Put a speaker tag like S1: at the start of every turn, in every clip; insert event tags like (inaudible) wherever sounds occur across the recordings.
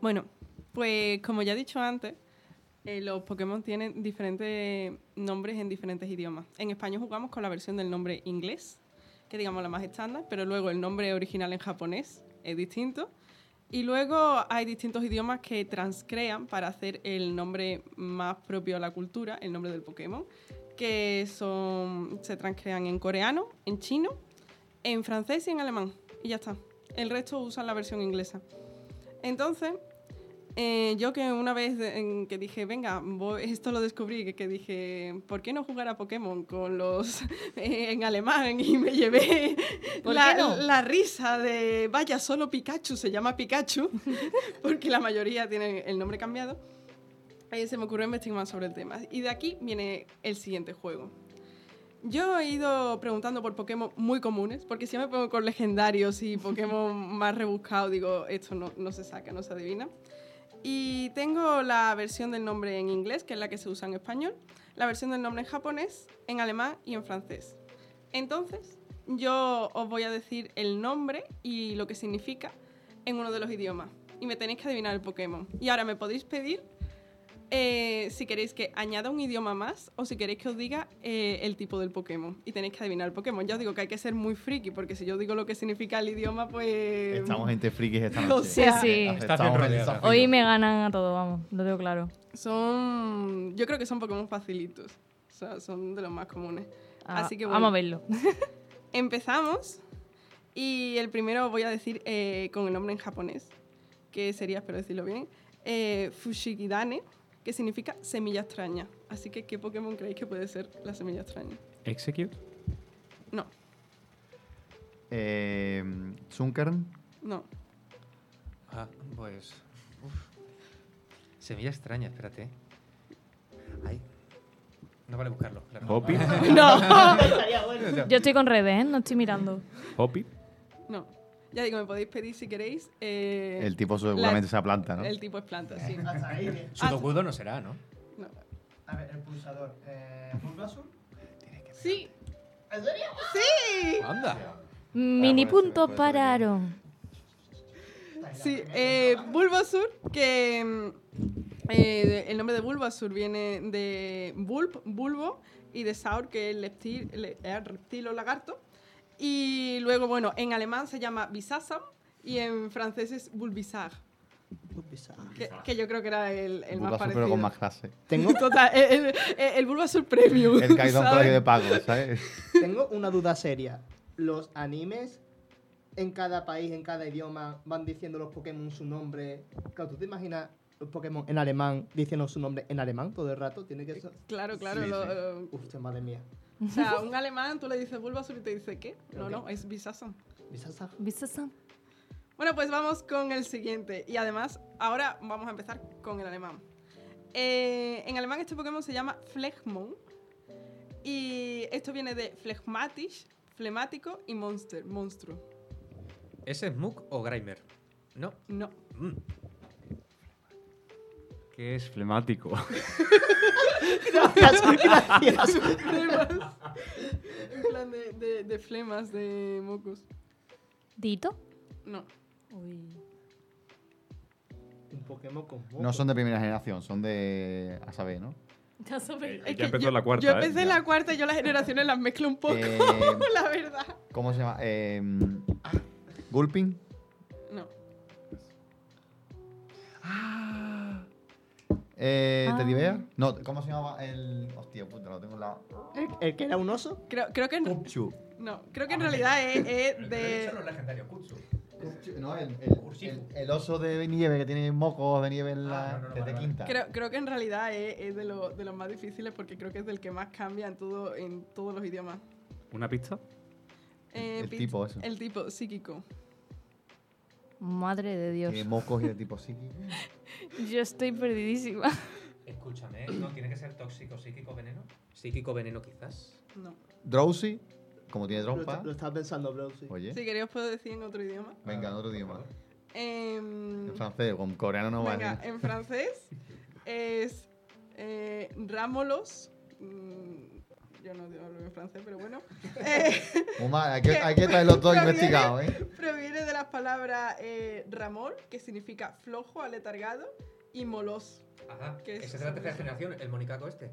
S1: Bueno, pues como ya he dicho antes, eh, los Pokémon tienen diferentes nombres en diferentes idiomas. En español jugamos con la versión del nombre inglés, que digamos la más estándar, pero luego el nombre original en japonés es distinto. Y luego hay distintos idiomas que transcrean para hacer el nombre más propio a la cultura, el nombre del Pokémon, que son, se transcrean en coreano, en chino, en francés y en alemán. Y ya está. El resto usan la versión inglesa. Entonces, eh, yo que una vez de- en que dije, venga, voy- (laughs) esto lo descubrí, que, que dije, ¿por qué no jugar a Pokémon con los (laughs) eh, en alemán? (laughs) Y me llevé
S2: ¿Por
S1: la,
S2: qué no?
S1: la risa de, vaya, solo Pikachu se llama Pikachu, (laughs) porque la mayoría tienen el nombre cambiado. Eh, se me ocurrió investigar más sobre el tema. Y de aquí viene el siguiente juego. Yo he ido preguntando por Pokémon muy comunes, porque si me pongo con legendarios y Pokémon (laughs) más rebuscados, digo, esto no, no se saca, no se adivina. Y tengo la versión del nombre en inglés, que es la que se usa en español, la versión del nombre en japonés, en alemán y en francés. Entonces, yo os voy a decir el nombre y lo que significa en uno de los idiomas. Y me tenéis que adivinar el Pokémon. Y ahora me podéis pedir eh, si queréis que añada un idioma más o si queréis que os diga eh, el tipo del Pokémon. Y tenéis que adivinar el Pokémon. Ya os digo que hay que ser muy friki, porque si yo digo lo que significa el idioma, pues...
S3: Estamos gente frikis esta
S1: (laughs) O
S3: noche.
S1: sea,
S2: Sí, sí.
S3: Aceptamos
S4: Estás bien
S3: el
S4: rodeada.
S3: desafío.
S2: Hoy me ganan a todo, vamos, lo tengo claro.
S1: Son. Yo creo que son Pokémon facilitos. O sea, son de los más comunes.
S2: Ah,
S1: Así que
S2: Vamos
S1: bueno.
S2: a
S3: (laughs)
S2: verlo.
S1: Empezamos. Y el primero voy a decir eh, con el nombre en japonés, que sería, espero decirlo bien, eh, Fushigidane, que significa semilla extraña. Así que, ¿qué Pokémon creéis que puede ser la semilla extraña?
S4: Execute.
S1: No,
S3: Eh, Zunkern.
S1: no.
S4: Ah, pues. uf. Semilla extraña, espérate. Ay. No vale buscarlo, claro.
S5: Hopi,
S4: (laughs)
S2: Yo estoy con redes, ¿eh? no estoy mirando.
S5: Hopi.
S1: No. Ya digo, me podéis pedir si queréis. eh,
S3: El tipo seguramente sea planta, ¿no?
S1: el tipo es planta,
S3: (laughs)
S1: sí.
S6: Hasta ahí bien.
S4: Sudokudo no será, ¿no?
S1: No.
S6: A ver, el pulsador. Eh, ¿Bulbasaur?
S1: Sí.
S6: ¿En serio?
S1: Sí.
S4: Anda.
S2: Mini
S3: pues,
S4: bueno,
S2: puntos
S4: se me puede
S2: pararon.
S1: Sí, eh, Bulbasur, que mm, eh, el nombre de Bulbasur viene de Bulb, Bulbo, y de Saur, que es leptil- le- eh, reptil o lagarto. Y luego, bueno, en alemán se llama Bisasam y en francés es Bulbisar, que, que yo creo que era el, el más
S3: Bulbasaur,
S1: parecido.
S3: pero con más
S1: (laughs)
S3: clase.
S6: Tengo,
S1: Total, el, el, el Bulbasur Premium.
S3: El Kaido un
S1: ¿sabes?
S3: colegio de pago, ¿sabes?
S1: (laughs)
S6: tengo una duda seria. ¿Los animes en cada país, en cada idioma, van diciendo los Pokémon su nombre? Claro, ¿tú te imaginas los Pokémon en alemán diciendo su nombre en alemán todo el rato? Tiene que ser...
S1: Claro, claro.
S3: Sí,
S1: lo-
S3: sí.
S1: eh,
S6: Uf, madre mía.
S1: o sea, un alemán, tú le dices Bulbasur y te dice, ¿qué? No,
S6: Ok.
S1: no, es Bisasam.
S6: Bisasaj. (laughs)
S2: ¿Viste eso?
S1: Bueno, pues vamos con el siguiente. Y además, ahora vamos a empezar con el alemán. Eh, en alemán este Pokémon se llama Flegmon. Y esto viene de Flegmatisch, flemático y monster, monstruo.
S4: ¿Ese es Mook o Grimer? No.
S1: No, (laughs)
S4: Mm.
S5: Que es flemático.
S6: Gracias, gracias.
S1: flemas. en plan de, de- de flemas, de mocos.
S2: ¿Dito?
S1: No,
S2: Uy.
S6: Un Pokémon con moco.
S3: No son de primera generación, son de. A saber, ¿no?
S2: Ya sabes.
S1: Es que
S5: ya empezó
S1: yo-
S5: la cuarta.
S1: yo
S5: ¿eh?
S1: empecé
S3: Ya.
S1: la cuarta y yo las generaciones las mezclo un poco,
S3: Eh,
S1: (laughs) la verdad.
S3: ¿Cómo se llama? Eh, Gulping.
S1: No,
S3: Eh,
S2: Ah.
S3: ¿Teddy Bear? No, ¿cómo se llamaba el. Hostia, puta, lo tengo en la.
S6: ¿El, el que era un oso?
S1: creo, creo que en,
S3: Kupchu.
S1: no, creo que en realidad es, es de...
S4: legendarios, Kutsu.
S3: Kupchu, No, el, el, el, el oso de nieve que tiene mocos de nieve en la.
S4: Ah, no, no,
S3: desde
S4: vale, vale.
S3: quinta.
S1: Creo, creo que en realidad es, es de, lo- de los más difíciles porque creo que es del que más cambia en, todo, en todos los idiomas.
S5: ¿Una pista?
S1: Eh,
S3: El
S1: pit-
S3: tipo, eso.
S1: El tipo, psíquico.
S2: Madre de Dios.
S3: Tiene mocos y de tipo psíquico.
S2: (laughs) Yo estoy perdidísima. (laughs)
S4: Escúchame, ¿no tiene que ser tóxico, psíquico, veneno? Psíquico, veneno, quizás.
S1: No.
S3: Drowsy, como tiene
S6: Lo,
S3: trompa.
S6: está- lo estaba pensando, bro. sí.
S3: Oye,
S1: Si queréis os puedo decir en otro idioma.
S3: venga, en otro idioma.
S1: Em,
S3: En francés, con coreano no
S1: venga,
S3: vale.
S1: en francés es eh, Ramolos. Mm, yo
S3: (laughs)
S1: no hablo en francés, pero bueno. Eh,
S3: Muy mal, hay que,
S1: ¿Qué?
S3: hay que traerlo todo
S1: Proviene- (laughs)
S3: investigado, ¿eh?
S1: proviene Viene de las palabras eh, ramor, que significa flojo, aletargado, y molos.
S4: Ajá.
S1: ¿Qué es
S4: Esa es la
S1: esa
S4: tercera
S1: cosa?
S4: generación, el monicaco este.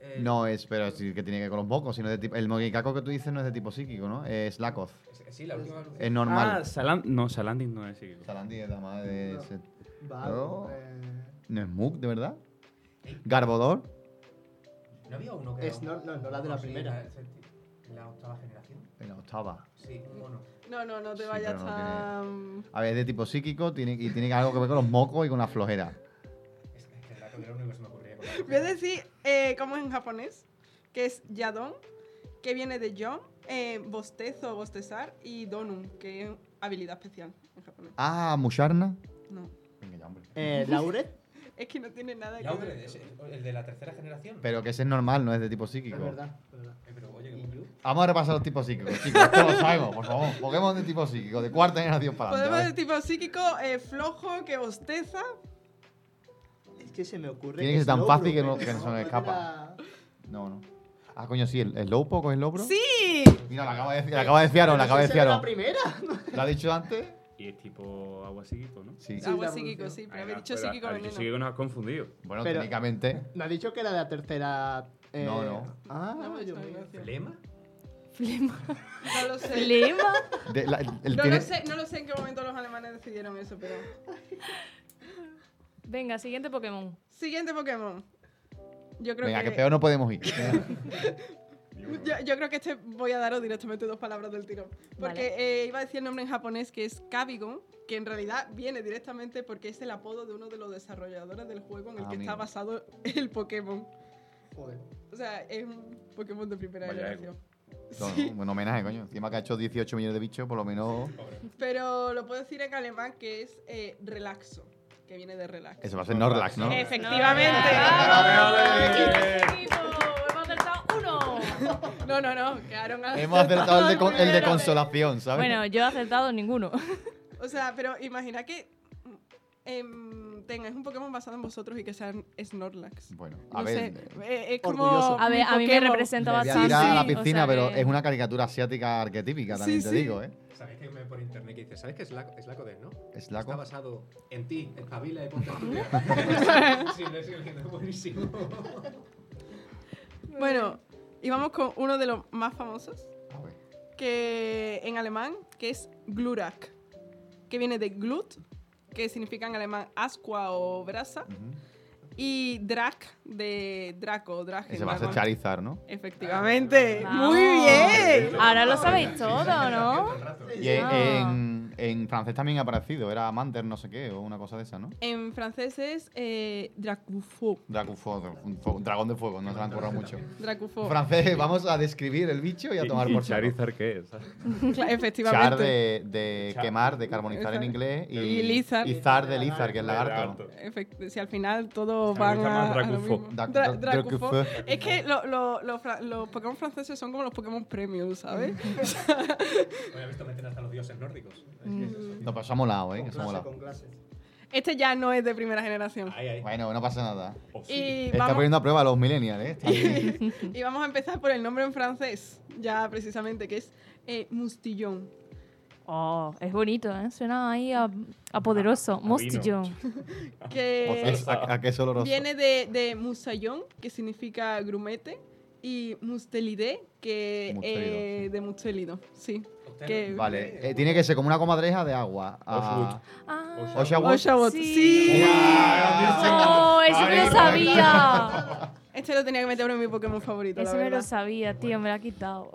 S4: El-
S3: No es, pero sí que tiene que ver con los mocos. Sino de tipo, el mogicaco que tú dices no es de tipo psíquico, ¿no? Es Lakoth.
S4: es- Sí, la última.
S3: Es
S5: Ah,
S3: normal.
S5: Salan... No, Salandin no es psíquico.
S3: Zalandi es la madre de ese-
S6: Vale.
S3: Oh.
S6: eh,
S3: ¿No es Mug, de verdad? Garbodor.
S4: ¿No había uno que
S6: Es
S4: era un-
S6: no- no, no, la de la
S4: sí,
S6: primera.
S4: La, la octava generación.
S3: En la octava.
S4: Sí,
S6: Mm.
S4: un mono.
S1: No, no, no te
S3: Sí,
S1: vayas
S3: pero no
S1: tan...
S3: A ver, es de tipo psíquico tiene, y tiene algo que ver con los mocos y con la flojera.
S4: Es que es verdad que era lo único que se me ocurría. con la
S1: Voy a
S4: primera.
S1: decir eh, cómo es en japonés, que es yadon, que viene de yon, eh, bostezo, bostezar, y donum, que es habilidad especial en japonés.
S3: Ah, Musharna.
S1: No,
S3: Venga ya, hombre.
S6: eh, Laure,
S1: es que no tiene nada que
S4: Laudre,
S1: ver.
S4: es- el de la tercera generación.
S3: Pero que ese es normal, no es de tipo
S6: es
S3: psíquico.
S6: verdad, es verdad.
S4: Eh, pero oye, que muy-
S3: Vamos a repasar los tipos psíquicos, chicos. Esto lo sabemos, por favor. Pokémon de tipo psíquico, de cuarta generación para adelante.
S1: Podemos
S3: a
S1: de
S3: ver.
S1: tipo psíquico, eh, flojo, que bosteza.
S6: Es que se me ocurre.
S3: Tiene que ser tan
S6: Slowbro,
S3: fácil que no-
S6: pero
S3: que no se nos
S6: puede
S3: escapa.
S6: la-
S3: No, no. Ah, coño, sí, el, el Lowpoke o el Lowbro.
S1: ¡Sí! Ah,
S3: Mira, la acaba de decir, la acaba de fiaros, la
S6: Pero
S3: acaba de
S6: esa era La
S3: fiaros.
S6: primera.
S3: ¿Lo ha dicho antes?
S5: Y es tipo agua psíquico, ¿no?
S3: Sí.
S6: Sí.
S1: Agua
S6: la
S1: pues psíquico,
S6: evolución.
S1: sí, pero
S5: Ah,
S1: había
S5: era-
S1: dicho
S5: pero
S1: psíquico
S5: habéis dicho
S1: veneno.
S5: psíquico nos has confundido.
S3: Bueno,
S6: Pero-
S3: técnicamente.
S6: Me ha dicho que era de la tercera. eh,
S3: No, no.
S6: Ah,
S1: No,
S6: Dios
S1: no,
S6: mío.
S1: no.
S4: ¿Flema?
S2: Flema.
S1: No lo sé.
S2: Flema.
S3: de- la- el- el
S1: No
S3: tiene-
S1: lo sé, no lo sé en qué momento los alemanes decidieron eso, pero...
S2: Venga, siguiente Pokémon.
S1: Siguiente Pokémon. Yo creo
S3: Venga, que
S1: que...
S3: peor no podemos
S1: (laughs)
S3: ir.
S1: Yo, yo creo que este voy a daros directamente dos palabras del tirón. Porque eh, iba a decir el nombre en japonés que es Kabigon, que en realidad viene directamente porque es el apodo de uno de los desarrolladores del juego en el
S3: Ah,
S1: que
S3: amigo.
S1: está basado el Pokémon.
S6: Joder.
S1: O sea, es un Pokémon de primera
S5: Vaya
S1: generación.
S3: No, no,
S1: Sí,
S3: un homenaje, coño. Encima que ha hecho 18 millones de bichos, por lo menos.
S1: pero lo puedo decir en alemán que es eh, relaxo, que viene de relax.
S3: Eso va a ser no relax, ¿no?
S1: Efectivamente.
S2: ¡Hemos acertado uno!
S1: No, no, no, quedaron a-
S3: Hemos acertado el de, con- el de
S1: primera vez.
S3: consolación, ¿sabes?
S2: Bueno, yo he acertado ninguno.
S1: O sea, pero imagina que em, tengáis un Pokémon basado en vosotros y que sean Snorlax.
S3: Bueno, a
S1: No
S3: ver.
S1: sé,
S3: le
S1: eh, es como
S6: Orgulloso.
S2: A ver,
S1: mi
S2: a mí me
S1: Pokémon.
S2: representa
S3: voy a
S2: bastante.
S3: tirar a la
S2: sí, o
S3: piscina,
S2: sea
S3: pero
S2: que-
S3: es una caricatura asiática arquetípica,
S1: Sí,
S3: también te
S1: sí.
S3: digo, ¿eh?
S4: ¿Sabéis que me por internet que dice? ¿Sabes que es la, es la CODES, no?
S3: Es la
S4: Está
S3: co-
S4: basado en ti, espabila y ponte en tu tierra. (laughs) Sí, lo he seguido,
S1: (laughs)
S4: es buenísimo.
S1: Bueno, y vamos con uno de los más famosos,
S3: A ver.
S1: que en alemán, que es Glurak, que viene de Glut, que significa en alemán ascua o brasa,
S3: Ujú.
S1: y Drak, de Draco, o Dragen.
S3: Ese va a ser
S1: dragón.
S3: Charizard, ¿no?
S1: Efectivamente,
S2: Vamos.
S1: muy bien.
S2: Ahora lo sabéis todo,
S4: Todo
S2: ¿no?
S4: el rato.
S3: Y en,
S2: Ah.
S3: en- en francés también ha aparecido, era Manter no sé qué, o una cosa de esa, ¿no?
S1: En francés es eh, Dracufo.
S3: Dracufo, un fo- un dragón de fuego, no se le han currado mucho.
S1: Dracufo. (laughs)
S3: Francés, vamos a describir el bicho y a tomar
S5: ¿Y- y
S3: por saco. Ah.
S5: Charizard qué es?
S1: Cla-
S3: Char
S1: Efectivamente.
S3: de, de
S5: Char.
S3: quemar, de carbonizar en
S1: Exacto.
S3: inglés. Y,
S1: Y lizard.
S3: Y zar de lizard, que es lagarto.
S1: Efect- si al final todos
S5: Se me
S1: van
S5: gusta
S1: a,
S5: más
S1: a lo
S5: Dracufo.
S1: mismo.
S3: Drac-
S1: Dra-
S3: Drac-
S1: Dracufo.
S3: Dracufo.
S1: Es que lo- lo- lo fra- los Pokémon franceses son como los Pokémon premium, (laughs) ¿sabes?
S4: Hoy he visto meter hasta los dioses nórdicos. Es
S1: Mm.
S4: que es eso.
S3: No, pero eso ha molado, ¿eh?
S6: Con
S3: Que se ha
S6: clase,
S3: molado.
S6: con clase.
S1: Este ya no es de primera generación.
S4: Ahí, Oh, ahí.
S3: Bueno, no pasa nada.
S1: Y
S3: Está
S1: vamos,
S3: poniendo a prueba a los millennials, ¿eh? Está bien.
S1: y vamos a empezar por el nombre en francés, ya precisamente, que es eh, Mustillon.
S2: Oh, es bonito, ¿eh? Suena ahí a,
S1: Ah,
S2: a poderoso.
S5: A- a
S2: Mostillón.
S3: Ah,
S1: Que
S3: Es- a, a qué solo rosa.
S1: viene de, de Musayón, que significa grumete, y Mustelide, que
S3: Mustélido,
S1: eh, de Mustélido, sí.
S4: Usted-
S1: que-
S3: Vale, eh, tiene que ser como una comadreja de agua. Ah,
S2: Ah,
S5: Osh-
S3: Oshawa.
S1: Oshawott,
S2: Sí.
S1: sí.
S2: ¡Oh, eso me lo sabía!
S1: (laughs) Este lo tenía que meter en mi Pokémon favorito. la
S2: Eso me
S1: verdad.
S2: lo sabía, tío, me lo ha quitado.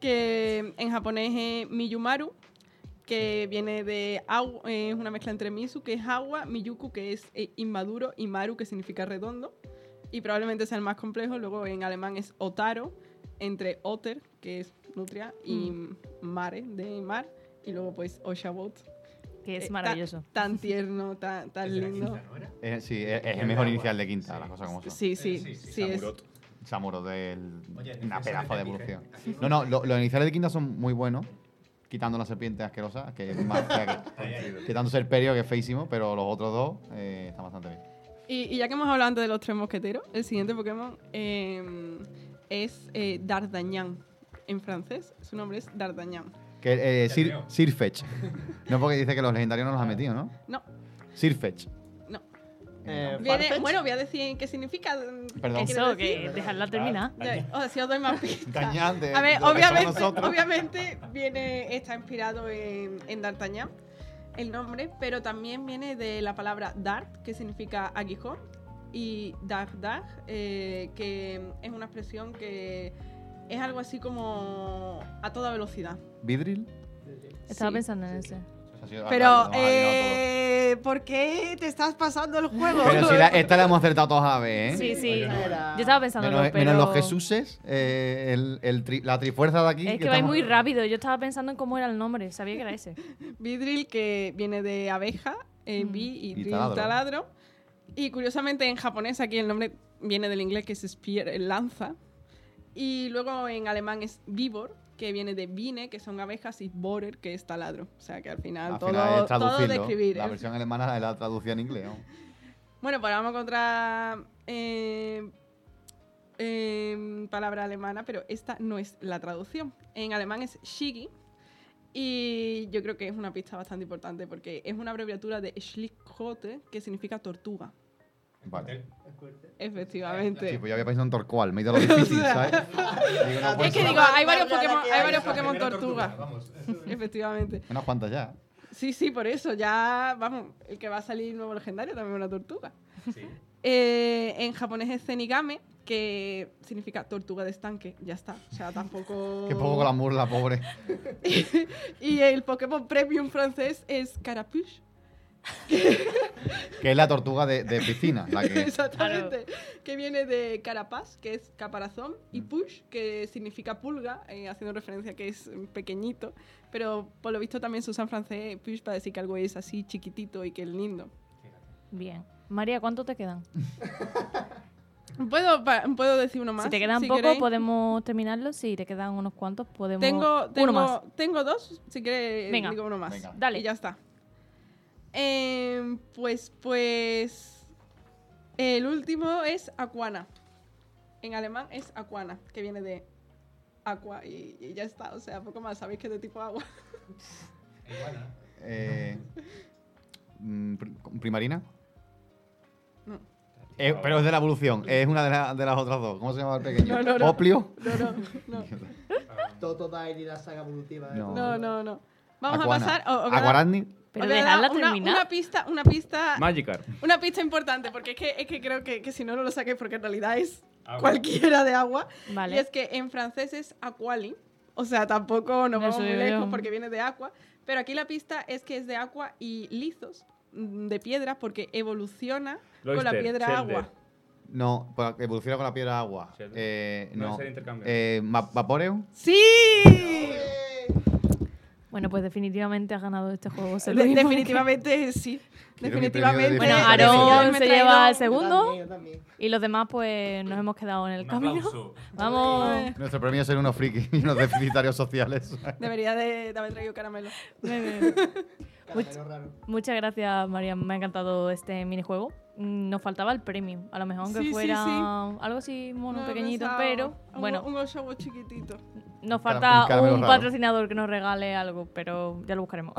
S1: que en japonés es Miyumaru, que viene de agua, eh, es una mezcla entre Misu, que es agua, Miyuku, que es eh, inmaduro, y Maru, que significa redondo, y probablemente sea el más complejo. Luego en alemán es Otaro, entre Otter, que es nutria, y Mare, de mar, y luego pues Oshabot.
S2: Que
S1: Eh,
S2: es
S1: ta-
S2: maravilloso.
S1: Tan tierno, tan, tan
S4: es de la
S1: lindo.
S4: quinta, ¿no era?
S3: eh, sí, es, es el mejor inicial de quinta,
S4: pues, Sí.
S3: las cosas como son.
S1: Sí, sí,
S4: Eh, sí,
S1: sí,
S4: sí,
S1: es.
S5: Samurot.
S3: Samuro, del,
S4: Oye, en
S3: una
S4: defensa
S3: pedazo de
S4: Tepic, ¿eh?
S3: evolución.
S4: Aquí
S3: No, no, lo- los iniciales de quinta son muy buenos. Quitando la serpiente asquerosa, que es más fea
S4: (laughs) Ahí,
S3: que-
S4: ahí.
S3: Quitando Serperio, que es feísimo, pero los otros dos eh, están bastante bien.
S1: Y, y ya que hemos hablado antes de em, los tres mosqueteros, el siguiente Pokémon eh, es eh, Dardañán, en francés, su nombre es D'Artagnan.
S3: Que, eh,
S4: Ya Ah.
S3: Sir,
S4: veo. (laughs)
S3: Sirfetch. No porque dice que los legendarios no los ha metido, ¿no?
S1: No,
S3: Sirfetch.
S1: no.
S6: Eh,
S1: Viene-
S6: Farfetch.
S1: bueno, voy a decir qué significa. mm,
S3: Perdón.
S1: ¿qué quiero
S2: Eso,
S1: decir?
S2: que dejarla terminar.
S1: Ya, O sea, si os doy
S2: (laughs)
S1: más pistas.
S3: Dañan de-
S1: A ver,
S3: de lo que somos
S1: obviamente,
S3: nosotros.
S1: obviamente viene, está inspirado en, en D'Artagnan, el nombre, pero también viene de la palabra dart, que significa aguijón, y dardar, eh, que es una expresión que es algo así como a toda velocidad.
S3: ¿Vidril?
S2: Estaba
S1: Sí.
S2: pensando en ese.
S3: Ha sido-
S1: Pero,
S3: ah, claro, hemos adivinado
S1: eh, ¿por qué te estás pasando el juego?
S3: todo. Pero si la- esta la hemos acertado todos a la vez, ¿eh?
S2: Sí, sí.
S6: Oye, no.
S2: Yo estaba pensando
S3: Menos,
S2: en pero...
S3: menos los Jesuses, eh, el- el tri- la trifuerza de aquí.
S2: Es que
S3: estamos-
S2: vais muy rápido. Yo estaba pensando en cómo era el nombre. Sabía que era ese.
S1: Vidril, que viene de abeja, eh,
S2: Mm.
S1: bi y,
S3: Y
S1: dril,
S3: taladro.
S1: taladro. Y curiosamente en japonés aquí el nombre viene del inglés que es spear, eh, lanza. Y luego en alemán es vibor, que viene de vine, que son abejas, y borer, que es taladro. O sea que al final,
S3: Al
S1: todo,
S3: final
S1: todo de
S3: es traducirlo.
S1: escribir.
S3: La
S1: ¿eh?
S3: versión alemana la traducía en inglés. ¿no?
S1: Bueno, pues ahora vamos a encontrar eh, eh, palabra alemana, pero esta no es la traducción. En alemán es Shigi. Y yo creo que es una pista bastante importante porque es una abreviatura de Schlickrote, que significa tortuga.
S3: Vale. Sí,
S1: Efectivamente.
S3: pues yo había pensado en Torcual, me he ido a lo
S1: (laughs)
S3: difícil,
S1: O sea,
S3: ¿sabes? Digo, no,
S1: Es
S3: pues,
S1: que digo,
S3: ah,
S1: hay varios
S6: Bárbara,
S1: Pokémon,
S6: que
S1: hay
S6: hay
S1: varios
S6: la
S1: Pokémon
S4: primera
S1: tortuga. (laughs)
S4: Vamos.
S1: Efectivamente.
S3: Unas cuantas ya.
S1: Sí, sí, por eso. Ya, vamos, el que va a salir nuevo legendario también es una tortuga.
S4: Sí.
S1: Eh, en japonés es Zenigame, que significa tortuga de estanque. Ya está. O sea, tampoco.
S3: Qué poco glamour la pobre.
S1: Y el Pokémon Premium francés es Carapuche.
S3: Que es la tortuga de, de piscina, la que
S1: (laughs) Exactamente. Que viene de carapaz, que es caparazón, y
S3: Mm.
S1: push, que significa pulga, eh, haciendo referencia a que es mm, pequeñito. Pero por lo visto también se usa en francés eh, push para decir que algo es así chiquitito y que es lindo.
S2: Bien. María, ¿cuánto te quedan?
S1: ¿Puedo, pa- ¿puedo decir uno más?
S2: si te quedan poco,
S1: queréis?
S2: podemos terminarlo. Si te quedan unos cuantos, podemos.
S1: Tengo, tengo,
S2: Uno más.
S1: tengo dos, si quieres
S2: Venga.
S1: digo uno más.
S3: Venga.
S2: Dale.
S1: Y ya está. Em, pues, pues... El último es Aquana. En alemán es Aquana, que viene de agua y, y ya está. O sea, poco más. Sabéis que es de tipo agua. (laughs)
S4: Iguana.
S3: Eh, mm, pri- ¿Primarina?
S1: No.
S3: Eh, pero es de la evolución, es una de, la- de las otras dos. ¿Cómo se llama el pequeño?
S1: No, no, no.
S3: ¿Poplio?
S1: No, no,
S3: (laughs)
S1: no.
S6: Todo, toda él y la saga evolutiva. eh. de
S3: No.
S1: No,
S6: todo.
S1: no, no. Vamos
S3: Aquana.
S1: a pasar... o- o voy a dar-
S3: ¿Aguarani?
S2: Pero
S1: os voy a dar
S2: dejarla
S1: una,
S2: terminar.
S1: una pista, una pista,
S5: Magikarp.
S1: una pista importante, porque es que, es que creo que, que si no, no lo saquéis, porque en realidad es
S4: Agua.
S1: cualquiera de agua.
S2: Vale.
S1: Y es que en francés es aquali, o sea, tampoco nos
S2: No
S1: vamos muy
S2: sé,
S1: lejos
S2: no.
S1: porque viene de agua, pero aquí la pista es que es de agua y lizos mm, de piedra porque evoluciona con la
S5: Loister,
S1: piedra
S5: Shelder.
S1: agua.
S3: No, pues evoluciona con la piedra agua.
S5: Sí, ¿no?
S3: Eh,
S5: No,
S3: no.
S5: es el intercambio.
S3: Eh, Ma- ¿Vaporeo?
S1: ¡Sí!
S2: Bueno, pues definitivamente has ganado este juego. se lo
S1: De-
S2: digo, porque-
S1: definitivamente sí.
S3: Quiero mi premio de
S1: Definitivamente.
S2: Bueno,
S3: definitivamente.
S1: Señor,
S2: Aarón
S1: me
S2: se
S1: he traído-
S2: lleva el
S6: Yo
S2: segundo.
S6: también, yo también.
S2: Y los demás, pues nos hemos quedado en el
S4: Un
S2: camino.
S4: aplauso.
S2: Vamos.
S3: Nuestro premio es ser unos frikis y unos deficitarios (laughs) sociales.
S1: Debería de, de haber traído caramelo.
S6: Caramelo raro.
S2: Muchas gracias, María. Me ha encantado este minijuego. Mm, Nos faltaba el premio. A lo mejor aunque
S1: Sí, sí,
S2: fuera
S1: sí.
S2: algo así mono
S1: No he
S2: pequeñito,
S1: pensado.
S2: pero
S1: Un-
S2: bueno,
S1: Un oshawo chiquitito.
S2: nos
S3: cara-
S2: falta
S3: un caramelo
S2: un
S3: raro.
S2: patrocinador que nos regale algo, pero ya lo buscaremos.